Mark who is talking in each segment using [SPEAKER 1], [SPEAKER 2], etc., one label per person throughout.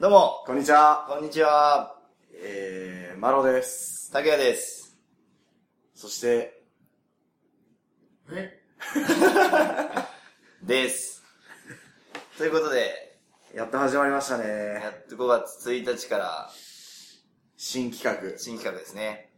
[SPEAKER 1] どうも、
[SPEAKER 2] こんにちは。
[SPEAKER 1] こんにちは。
[SPEAKER 2] えー、マロです。
[SPEAKER 1] 竹谷です。
[SPEAKER 2] そして、
[SPEAKER 1] です。ということで、
[SPEAKER 2] やっと始まりました
[SPEAKER 1] や
[SPEAKER 2] ね。
[SPEAKER 1] っと5月1日から
[SPEAKER 2] 新企画。
[SPEAKER 1] 新企画ですね。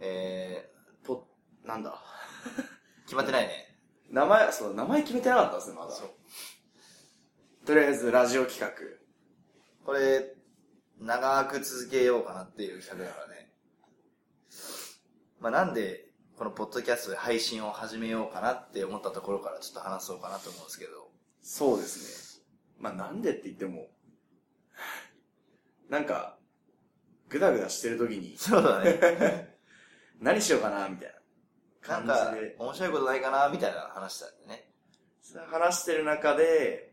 [SPEAKER 1] え
[SPEAKER 2] ぽ、なんだ。
[SPEAKER 1] ー、決まってないね。
[SPEAKER 2] 名前、そう、名前決めてなかったですね、まだ。とりあえず、ラジオ企画。
[SPEAKER 1] これ、長く続けようかなっていう企画だからね。まあなんで、このポッドキャストで配信を始めようかなって思ったところからちょっと話そうかなと思うんですけど。
[SPEAKER 2] そうですね。まあ、なんでって言っても、 なんか、ぐだぐだしてる時に、
[SPEAKER 1] そうだね。
[SPEAKER 2] 何しようかな、みたい
[SPEAKER 1] な
[SPEAKER 2] な感
[SPEAKER 1] んか
[SPEAKER 2] じで、、
[SPEAKER 1] 面白いことないかなみたいな話したんでね。
[SPEAKER 2] 話してる中で、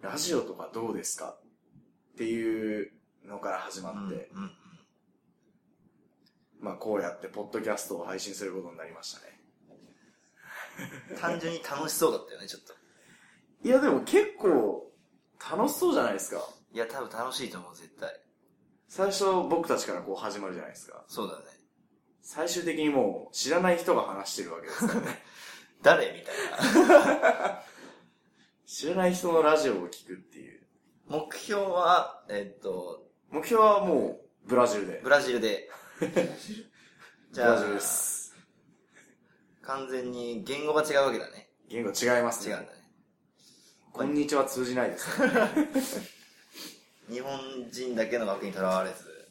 [SPEAKER 2] ラジオとかどうですかっていうのから始まって、
[SPEAKER 1] うんうん
[SPEAKER 2] まあこうやってポッドキャストを配信することになりましたね。
[SPEAKER 1] 単純に楽しそうだったよね、ちょっと。
[SPEAKER 2] いやでも結構楽しそうじゃないですか。
[SPEAKER 1] いや、多分楽しいと思う、絶対。
[SPEAKER 2] 最初僕たちからこう始まるじゃないですか。
[SPEAKER 1] そうだね。
[SPEAKER 2] 最終的にもう知らない人が話してるわけです からね。
[SPEAKER 1] 誰みたいな。
[SPEAKER 2] 知らない人のラジオを聞くっていう。
[SPEAKER 1] 目標は、えっと、
[SPEAKER 2] 目標はもうブラジルで。
[SPEAKER 1] ブラジルで。
[SPEAKER 2] ブ
[SPEAKER 1] じゃ
[SPEAKER 2] ラ
[SPEAKER 1] あ
[SPEAKER 2] ジルで、す。
[SPEAKER 1] 完全に言語が違うわけだね。
[SPEAKER 2] 言語違います
[SPEAKER 1] 違
[SPEAKER 2] ね。
[SPEAKER 1] うんだね。
[SPEAKER 2] こんにちは通じないですね。
[SPEAKER 1] 日本人だけの枠にとらわれず、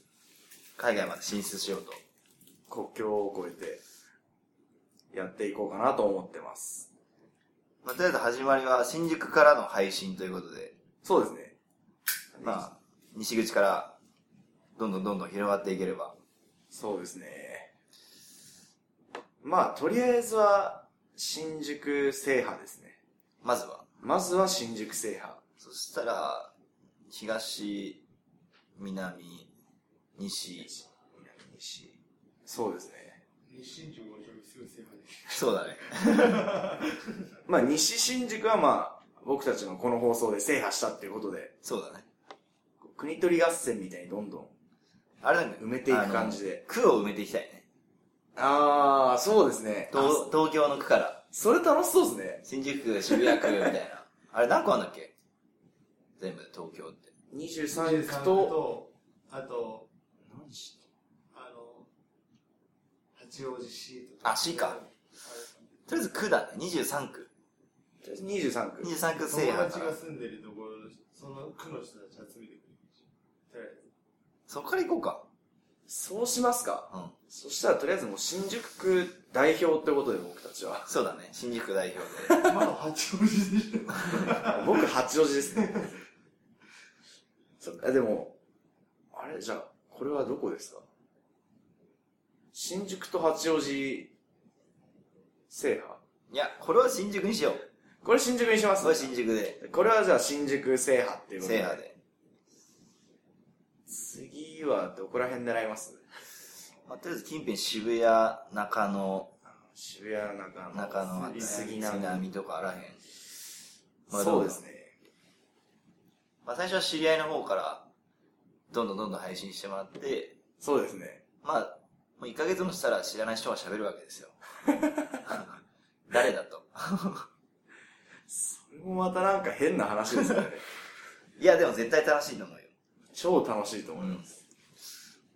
[SPEAKER 1] 海外まで進出しようと。
[SPEAKER 2] 国境を越えてやっていこうかなと思ってます。
[SPEAKER 1] まあ、とりあえず始まりは新宿からの配信ということで、
[SPEAKER 2] そうですね。
[SPEAKER 1] まあ、西口から、どんどんどんどん広がっていければ。
[SPEAKER 2] そうですね。まあ、とりあえずは、新宿制覇ですね。
[SPEAKER 1] まずは。
[SPEAKER 2] まずは新宿制覇。
[SPEAKER 1] そしたら、東、南、西。
[SPEAKER 2] 南西。そうですね。
[SPEAKER 3] 西新宿も上すぐ制覇です。
[SPEAKER 1] そうだね。
[SPEAKER 2] まあ、西新宿はまあ、僕たちのこの放送で制覇したっていうことで、
[SPEAKER 1] そうだね。
[SPEAKER 2] 国取り合戦みたいにどんどん。
[SPEAKER 1] あれなんか
[SPEAKER 2] 埋めていく感じで。
[SPEAKER 1] あの区を埋めていきたいね。
[SPEAKER 2] あー、そうですね
[SPEAKER 1] 東東京の区から、
[SPEAKER 2] それ楽しそうですね。
[SPEAKER 1] 新宿区、渋谷区みたいな。あれ何個あんだっけ全部で東京って。
[SPEAKER 2] 23区と、
[SPEAKER 3] 区と、あと、
[SPEAKER 2] 何市
[SPEAKER 3] あの、八王子市と
[SPEAKER 1] あ市かとりあえず区だね。23区。
[SPEAKER 2] とりあえず23区。
[SPEAKER 1] 23区制
[SPEAKER 3] 友
[SPEAKER 1] 覇か
[SPEAKER 3] 達
[SPEAKER 1] ら
[SPEAKER 3] が。住んでるところ、その区の人たち集めてくれる。
[SPEAKER 1] そこから行こうか。
[SPEAKER 2] そうしますか。
[SPEAKER 1] うん。
[SPEAKER 2] そしたらとりあえずもう新宿区代表ってことで僕たちは。
[SPEAKER 1] そうだね。新宿区代表
[SPEAKER 3] とり あえず。まだ八王子でしょ。
[SPEAKER 2] 僕八王子ですね。そえでも、あれじゃあ、これはどこですか新宿と八王子制覇
[SPEAKER 1] で。いや、これは新宿にしよう。
[SPEAKER 2] これ新宿にします
[SPEAKER 1] これ新宿で。
[SPEAKER 2] これはじゃあ新宿制覇っていうこと
[SPEAKER 1] 制覇。で。
[SPEAKER 2] 次はどこら辺狙います
[SPEAKER 1] まあ、とりあえず近辺渋谷、中野、
[SPEAKER 2] 渋谷中野。
[SPEAKER 1] 中野あたり、
[SPEAKER 2] 杉
[SPEAKER 1] 杉
[SPEAKER 2] 並。
[SPEAKER 1] 並とかあらへん。まあ
[SPEAKER 2] そうですね。
[SPEAKER 1] まあ、最初は知り合いの方から、どんどんどんどん配信してもらって、
[SPEAKER 2] そうですね。
[SPEAKER 1] まあ、もう1ヶ月もしたら知らない人が喋るわけです よ。誰だと。
[SPEAKER 2] これもまたなんか変な話で すよね。
[SPEAKER 1] いや、でも絶対楽しいと思うよ。
[SPEAKER 2] 超楽しいと思います。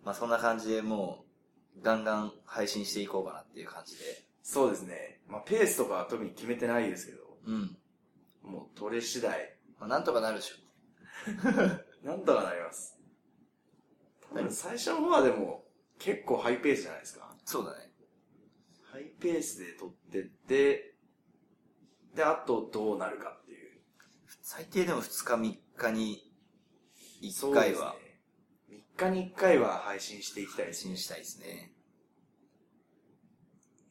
[SPEAKER 1] まあ、そんな感じでもう、ガンガン配信していこうかなっていう感じで。
[SPEAKER 2] そうですね。まあペースとかは特に決めてないですけど、
[SPEAKER 1] うん。
[SPEAKER 2] もう取れ次第
[SPEAKER 1] まあ、なんとかなるでしょ。
[SPEAKER 2] なんとかなります。多分最初の方はでも、結構ハイペースじゃないですか。
[SPEAKER 1] そうだね。
[SPEAKER 2] ハイペースで撮ってって、で、あとどうなるかっていう。
[SPEAKER 1] 最低でも2日3日に1回は
[SPEAKER 2] そうですね。3日に1回は配信していきたい
[SPEAKER 1] 配
[SPEAKER 2] ですね。
[SPEAKER 1] 信したいですね。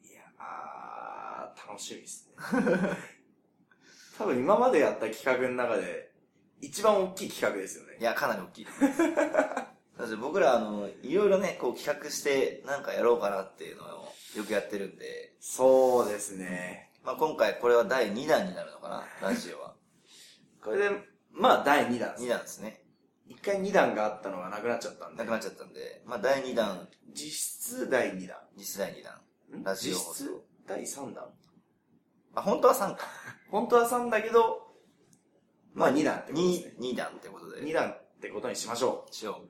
[SPEAKER 2] いやあー、楽しみですね。 多分今までやった企画の中で、一番大きい企画ですよね
[SPEAKER 1] い。や、かなり大きいと思い ます。だって僕ら、あの、いろいろね、こう企画して、なんかやろうかなっていうのをよくやってるんで、
[SPEAKER 2] そうですね。
[SPEAKER 1] まあ今回これは第2弾になるのかな、ラジオは。
[SPEAKER 2] これで、まあ第2弾です
[SPEAKER 1] 2。弾ですね。
[SPEAKER 2] 一回二段があったのがなくなっちゃったんで
[SPEAKER 1] なく、なっちゃったんで、まあ、第2弾、
[SPEAKER 2] 実質第二弾。
[SPEAKER 1] 実質第2弾。
[SPEAKER 2] ん
[SPEAKER 1] ラジオ
[SPEAKER 2] 実
[SPEAKER 1] 放送
[SPEAKER 2] 質第三弾。
[SPEAKER 1] まあ、本当は3か。
[SPEAKER 2] 本当は三だけど、まあ二段ってことです
[SPEAKER 1] 2、。
[SPEAKER 2] ね
[SPEAKER 1] 二段ってことで。
[SPEAKER 2] 二段ってことにしましょ
[SPEAKER 1] しよ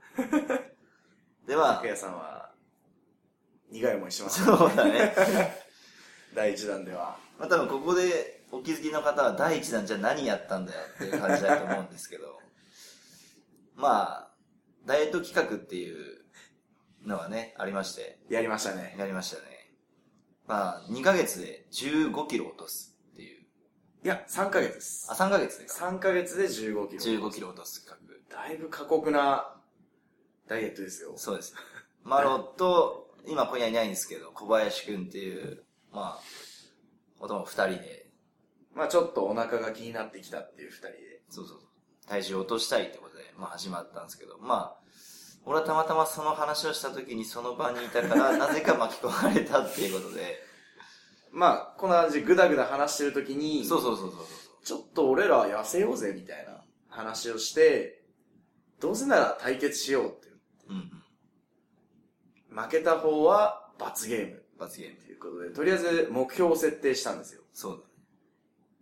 [SPEAKER 1] う。で、ま
[SPEAKER 2] う。
[SPEAKER 1] あ
[SPEAKER 2] 拓、也さんは、苦い思いし てます。
[SPEAKER 1] そうだね。
[SPEAKER 2] 第一弾では。
[SPEAKER 1] まあ多分ここでお気づきの方は第一弾じゃあ何やったんだよっていう感じだと思うんですけど、 まあ、ダイエット企画っていうのがね、ありまして、
[SPEAKER 2] やりましたね。
[SPEAKER 1] やりましたね。まあ、2ヶ月で15キロ落とすっていう。
[SPEAKER 2] いや、三ヶ月です
[SPEAKER 1] あ、。3ヶ月でか。
[SPEAKER 2] 三ヶ月で15キロ。
[SPEAKER 1] 15キロ落とす企
[SPEAKER 2] だいぶ過酷なダイエットですよ
[SPEAKER 1] 画。。そうです。マロと、今今夜いないんですけど、小林くんっていう、まあ、男2人で、
[SPEAKER 2] まあちょっとお腹が気になってきたっていう二人で。
[SPEAKER 1] そうそうそう。体重を落としたいってことで、まあ始まったんですけど、まあ、俺はたまたまその話をした時にその場にいた から、なぜか巻き込まれたっていうことで、
[SPEAKER 2] まあこんな感じでぐだぐだ話してる時に、
[SPEAKER 1] そうそうそうそうそう。
[SPEAKER 2] ちょっと俺ら痩せようぜみたいな話をして、どうせなら対決しようっていう。
[SPEAKER 1] うんうん。
[SPEAKER 2] 負けた方は罰ゲーム
[SPEAKER 1] 罰ゲーム
[SPEAKER 2] と。いうことで、とりあえず目標を設定したんですよ。
[SPEAKER 1] そうだね。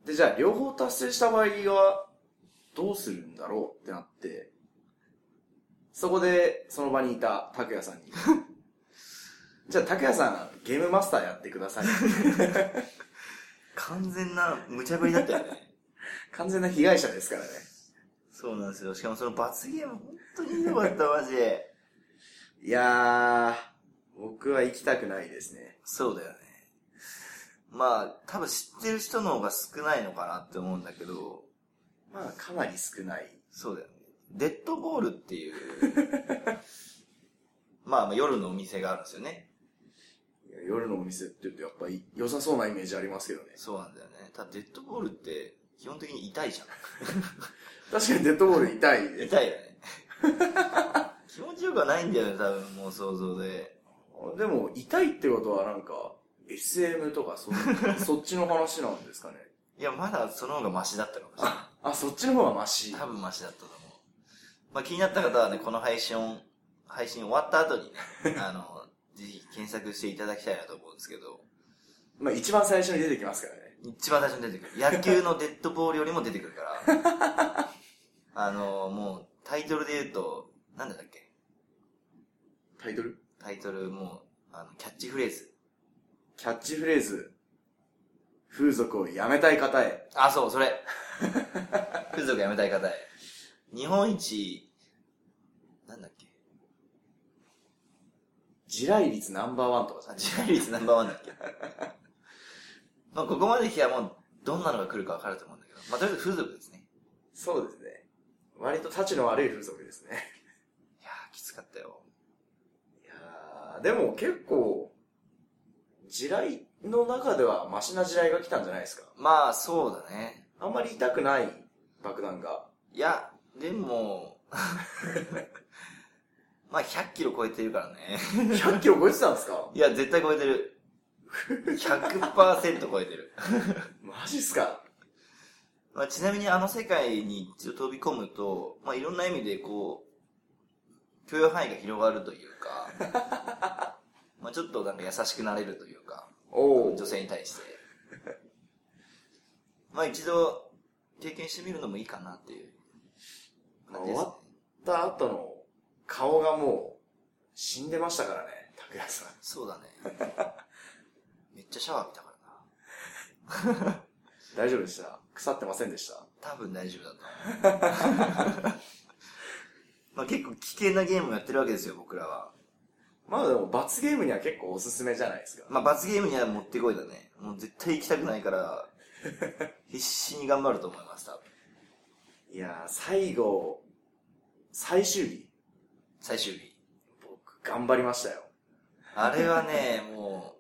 [SPEAKER 2] で、じゃあ両方達成した場合は、どうするんだろうってなって、そこで、その場にいた拓也さんに、 じゃあ拓也さん、ゲームマスターやってください。
[SPEAKER 1] 完全な無茶ぶりだったよね。
[SPEAKER 2] 完全な被害者ですからね。
[SPEAKER 1] そうなんですよ。しかもその罰ゲーム、本当にひどかった、マジで。
[SPEAKER 2] いやー、僕は行きたくないですね。
[SPEAKER 1] そうだよね。まあ、多分知ってる人の方が少ないのかなって思うんだけど、
[SPEAKER 2] まあ、かなり少ない。
[SPEAKER 1] そうだよね。デッドボールって いう、まあまあ夜のお店があるんですよね。
[SPEAKER 2] いや夜のお店って言うとやっぱり良さそうなイメージありますけどね。
[SPEAKER 1] そうなんだよね。ただデッドボールって基本的に痛いじゃ
[SPEAKER 2] 確かにデッドボール痛い
[SPEAKER 1] ん。
[SPEAKER 2] です。
[SPEAKER 1] 痛いよ ね。気持ちよくはないんだよね、多分もう想像で。
[SPEAKER 2] でも、痛いってことはなんか、SM とかそ そっちの話なんですかね。
[SPEAKER 1] いや、まだその方がマシだったかもしれな
[SPEAKER 2] あ、そっちの方がマシ
[SPEAKER 1] い。。多分マシだったと思う。まあ気になった方はね、この配信を、配信終わった後に ね、あの、ぜひ検索していただきたいなと思うんですけど、
[SPEAKER 2] まあ一番最初に出てきますからね。
[SPEAKER 1] 一番最初に出てくる。野球のデッドボールよりも出てくるから。 あの、もう、タイトルで言うと、なんだったっけ
[SPEAKER 2] タイトル
[SPEAKER 1] タイトル、もう、あの、キャッチフレーズ。
[SPEAKER 2] キャッチフレーズ。風俗をやめたい方へ。
[SPEAKER 1] あ、そう、それ。 風俗やめたい方へ。日本一、なんだっけ
[SPEAKER 2] 地雷率ナンバーワンとかじゃ
[SPEAKER 1] あ、
[SPEAKER 2] ない
[SPEAKER 1] ジュエリーズナンバーワンだっけ まあ、ここまで来たらもう、どんなのが来るかわかると思うんだけど。まあ、とりあえず風俗ですね。
[SPEAKER 2] そうですね。割と立ちの悪い風俗ですね。
[SPEAKER 1] いやー、きつかったよ。
[SPEAKER 2] いやーでも結構、地雷の中ではマシな地雷が来たんじゃないですか。
[SPEAKER 1] まあ、そうだね。
[SPEAKER 2] あんまり痛くない爆弾が。
[SPEAKER 1] いや、でも、 まあ100キロ超えてるからね。
[SPEAKER 2] 100キロ超えてたんですか
[SPEAKER 1] いや、絶対超えてる。100%超えてる。
[SPEAKER 2] マジっすか
[SPEAKER 1] まあ、ちなみにあの世界に一度飛び込むと、まあ、いろんな意味でこう、許容範囲が広がるというか、 まあちょっとなんか優しくなれるというか、
[SPEAKER 2] お
[SPEAKER 1] 女性に対 して。まあ一度経験してみるのもいいかなっていう感じです
[SPEAKER 2] 終わ
[SPEAKER 1] ね。
[SPEAKER 2] った後の顔がもう死んでましたからね、拓也さん。
[SPEAKER 1] そう だね。めっちゃシャワー浴びたからな。
[SPEAKER 2] 大丈夫でした腐ってませんでした
[SPEAKER 1] 多分大丈夫だと思 う。まあ結構危険なゲームをやってるわけですよ、僕らは。
[SPEAKER 2] まあでも罰ゲームには結構おすすめじゃないですか。
[SPEAKER 1] まあ罰ゲームには持ってこいだね。もう絶対行きたくない から、必死に頑張ると思います、多分。
[SPEAKER 2] いやー、最後、最終日、
[SPEAKER 1] 最終日。
[SPEAKER 2] 僕頑張りましたよ。
[SPEAKER 1] あれはね、も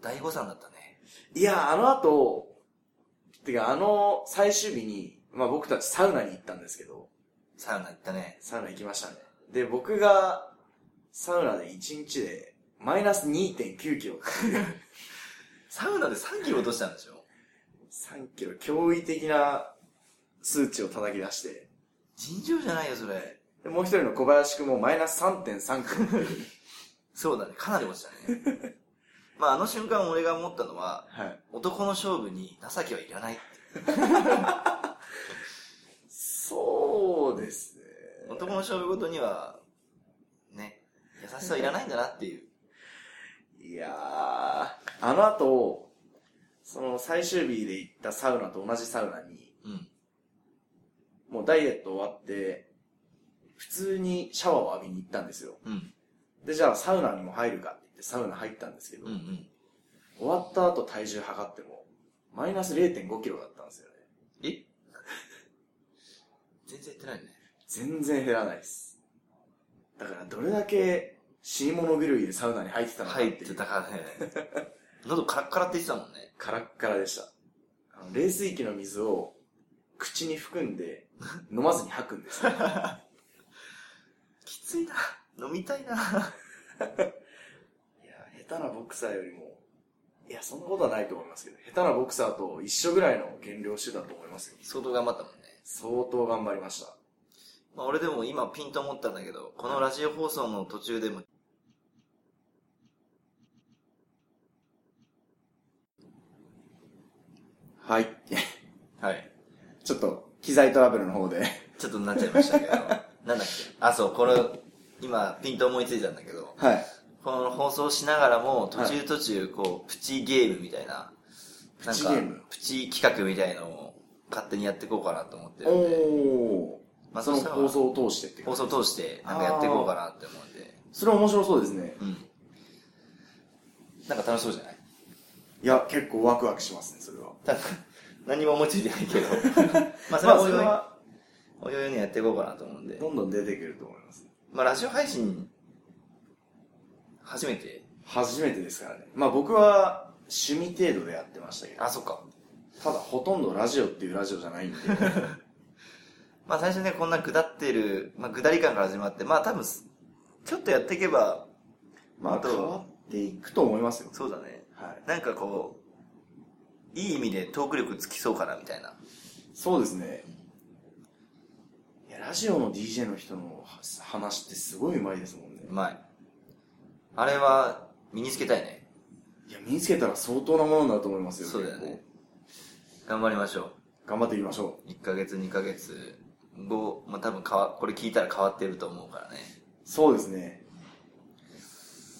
[SPEAKER 1] う、大誤算だったね。
[SPEAKER 2] いや、あの後、てかあの最終日に、まあ僕たちサウナに行ったんですけど、
[SPEAKER 1] サウナ行ったね。
[SPEAKER 2] サウナ行きましたね。で、僕がサウナで1日でマイナス2.9キロっていう
[SPEAKER 1] サウナで3キロ落としたんでしょ
[SPEAKER 2] 3キロ驚異的な数値を叩き出して、
[SPEAKER 1] 尋常じゃないよ、それ。
[SPEAKER 2] でもう一人の小林くんもマイナス3.3くん。
[SPEAKER 1] そうだね、かなり落ちたね。 まあ、あの瞬間俺が思ったのは、
[SPEAKER 2] はい。
[SPEAKER 1] 男の勝負に情けはいらない。
[SPEAKER 2] そうですね。
[SPEAKER 1] 男の勝負ごとには、ね、優しさはいらないんだなっていう。
[SPEAKER 2] いやー、あの後、その最終日で行ったサウナと同じサウナに、
[SPEAKER 1] うん。
[SPEAKER 2] もうダイエット終わって、普通にシャワーを浴びに行ったんですよ。
[SPEAKER 1] うん。
[SPEAKER 2] で、じゃあサウナにも入るかって言ってサウナ入ったんですけど、
[SPEAKER 1] うんうん。
[SPEAKER 2] 終わった後体重測っても、マイナス0.5キロだったんですよね。
[SPEAKER 1] え全然言ってないね。
[SPEAKER 2] 全然減らないです。だからどれだけ死に物狂いでサウナに入ってたのかって
[SPEAKER 1] 入っ
[SPEAKER 2] いう。
[SPEAKER 1] てたからね。 喉カラッカラって言ってたもんね。
[SPEAKER 2] カラッカラでした。あの冷水器の水を口に含んで飲まずに吐くんです よ。
[SPEAKER 1] きついな。飲みたいな。
[SPEAKER 2] いや、下手なボクサーよりも、いや、そんなことはないと思いますけど、下手なボクサーと一緒ぐらいの減量してたと思いますよ。
[SPEAKER 1] 相当頑張ったもんね。
[SPEAKER 2] 相当頑張りました。
[SPEAKER 1] まあ俺でも今ピンと思ったんだけど、このラジオ放送の途中でも、
[SPEAKER 2] はい。
[SPEAKER 1] はい。
[SPEAKER 2] ちょっと、機材トラブルの方 で。
[SPEAKER 1] ちょっとなっちゃいま したけど、なんだっけ。あ、そう、これ、今ピンと思いついたんだけど、
[SPEAKER 2] はい。
[SPEAKER 1] この放送しながらも、途中途中、こう、プチゲームみたいな、
[SPEAKER 2] プ
[SPEAKER 1] なん
[SPEAKER 2] チ
[SPEAKER 1] か
[SPEAKER 2] ゲーム、
[SPEAKER 1] プチ企画みたいのを勝手にやっていこうかなと思ってるんで、
[SPEAKER 2] お
[SPEAKER 1] ま
[SPEAKER 2] ー。
[SPEAKER 1] あ
[SPEAKER 2] その
[SPEAKER 1] そしたら
[SPEAKER 2] 放送を通してっていう
[SPEAKER 1] 放
[SPEAKER 2] か。
[SPEAKER 1] 送通して、なんかやっていこうかなって思うんで、
[SPEAKER 2] それ面白そうですね。
[SPEAKER 1] うん。なんか楽しそうじゃない
[SPEAKER 2] いや、結構ワクワクしますね、それは。
[SPEAKER 1] 多分何も思いついてないけど、 まあそれはおいおい、
[SPEAKER 2] は
[SPEAKER 1] おいおいねやっていこうかなと思うんで、
[SPEAKER 2] どんどん出てくると思います。
[SPEAKER 1] まあラジオ配信、初めて
[SPEAKER 2] 初めてですからね。まあ僕は趣味程度でやってましたけど、
[SPEAKER 1] あ、そっか。
[SPEAKER 2] ただほとんどラジオっていうラジオじゃないん で、
[SPEAKER 1] まあ最初ね、こんな下ってる、まあ下り感から始まって、まあ多分す、ちょっとやっていけば、
[SPEAKER 2] まあ
[SPEAKER 1] あと
[SPEAKER 2] 変わっていくと思いますよ。
[SPEAKER 1] そうだね。
[SPEAKER 2] はい。
[SPEAKER 1] なんかこう、いい意味でトーク力つきそうかな、みたいな。
[SPEAKER 2] そうですね。いや、ラジオの DJ の人のは話ってすごい上手いですもんね
[SPEAKER 1] う。まい。あれは、身につけたいね。
[SPEAKER 2] いや、身につけたら相当なものになると思いますよ。
[SPEAKER 1] そうだよね
[SPEAKER 2] 結
[SPEAKER 1] 頑張りましょ
[SPEAKER 2] 構。頑張っていきましょう。
[SPEAKER 1] う。1ヶ月、2ヶ月後、まあ多分変わ、これ聞いたら変わってると思うからね。
[SPEAKER 2] そうですね。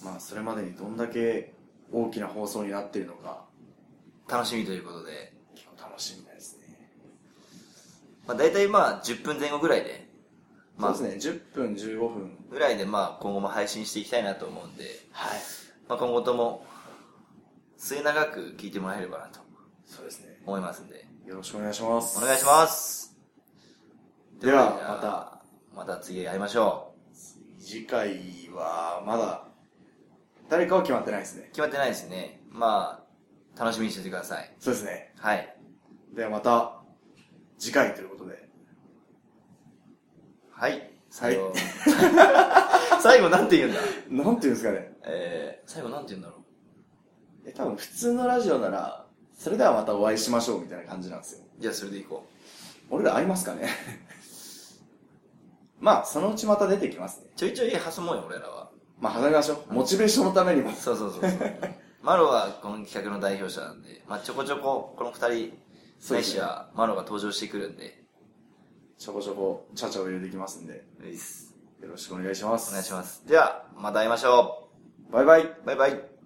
[SPEAKER 2] まあそれまでにどんだけ大きな放送になってるのか、
[SPEAKER 1] 楽しみということで。
[SPEAKER 2] 結構楽しみですね。
[SPEAKER 1] まあ大体まあ10分前後ぐらいで、まあ
[SPEAKER 2] そうですね、10分、15分。
[SPEAKER 1] ぐらいでまあ今後も配信していきたいなと思うんで、
[SPEAKER 2] はい。
[SPEAKER 1] まあ今後とも、末永く聞いてもらえればなと
[SPEAKER 2] そうですね。
[SPEAKER 1] 思いますんで、
[SPEAKER 2] よろしくお願いします。
[SPEAKER 1] お願いします。
[SPEAKER 2] す。では、
[SPEAKER 1] じゃ
[SPEAKER 2] ま
[SPEAKER 1] あ、また次会いましょう。
[SPEAKER 2] た、次回は、まだ、誰かは決まってないですね。
[SPEAKER 1] 決まってないですね。まあ、楽しみにしててください。
[SPEAKER 2] そうですね。
[SPEAKER 1] はい。
[SPEAKER 2] ではまた、次回ということで。
[SPEAKER 1] はい。最 後。最後なんて言うんだ
[SPEAKER 2] なんていうんですかね。
[SPEAKER 1] えー、最後なんて言うんだろ
[SPEAKER 2] え、多分普通のラジオなら、それではまたお会いしましょうみたいな感じなんですよ。
[SPEAKER 1] う。じゃあそれでいこう。
[SPEAKER 2] 俺ら会いますかね まあ、そのうちまた出てきますね。
[SPEAKER 1] ちょいちょい挟もうよ、俺らは。
[SPEAKER 2] まあ、挟みましょう。モチベーションのためにも。
[SPEAKER 1] そうそうそうそう。マロはこの企画の代表者なんで、まあちょこちょこ、この二人、
[SPEAKER 2] そう
[SPEAKER 1] メッ
[SPEAKER 2] です
[SPEAKER 1] シ
[SPEAKER 2] ね
[SPEAKER 1] はマロが登場してくるんで、
[SPEAKER 2] ちょこちょこ、ちゃちゃを入れてきますんで、
[SPEAKER 1] ういっす
[SPEAKER 2] よろしくお願いします。
[SPEAKER 1] お願いします。では、また会いましょ
[SPEAKER 2] バイバイ。
[SPEAKER 1] う。バイバイ。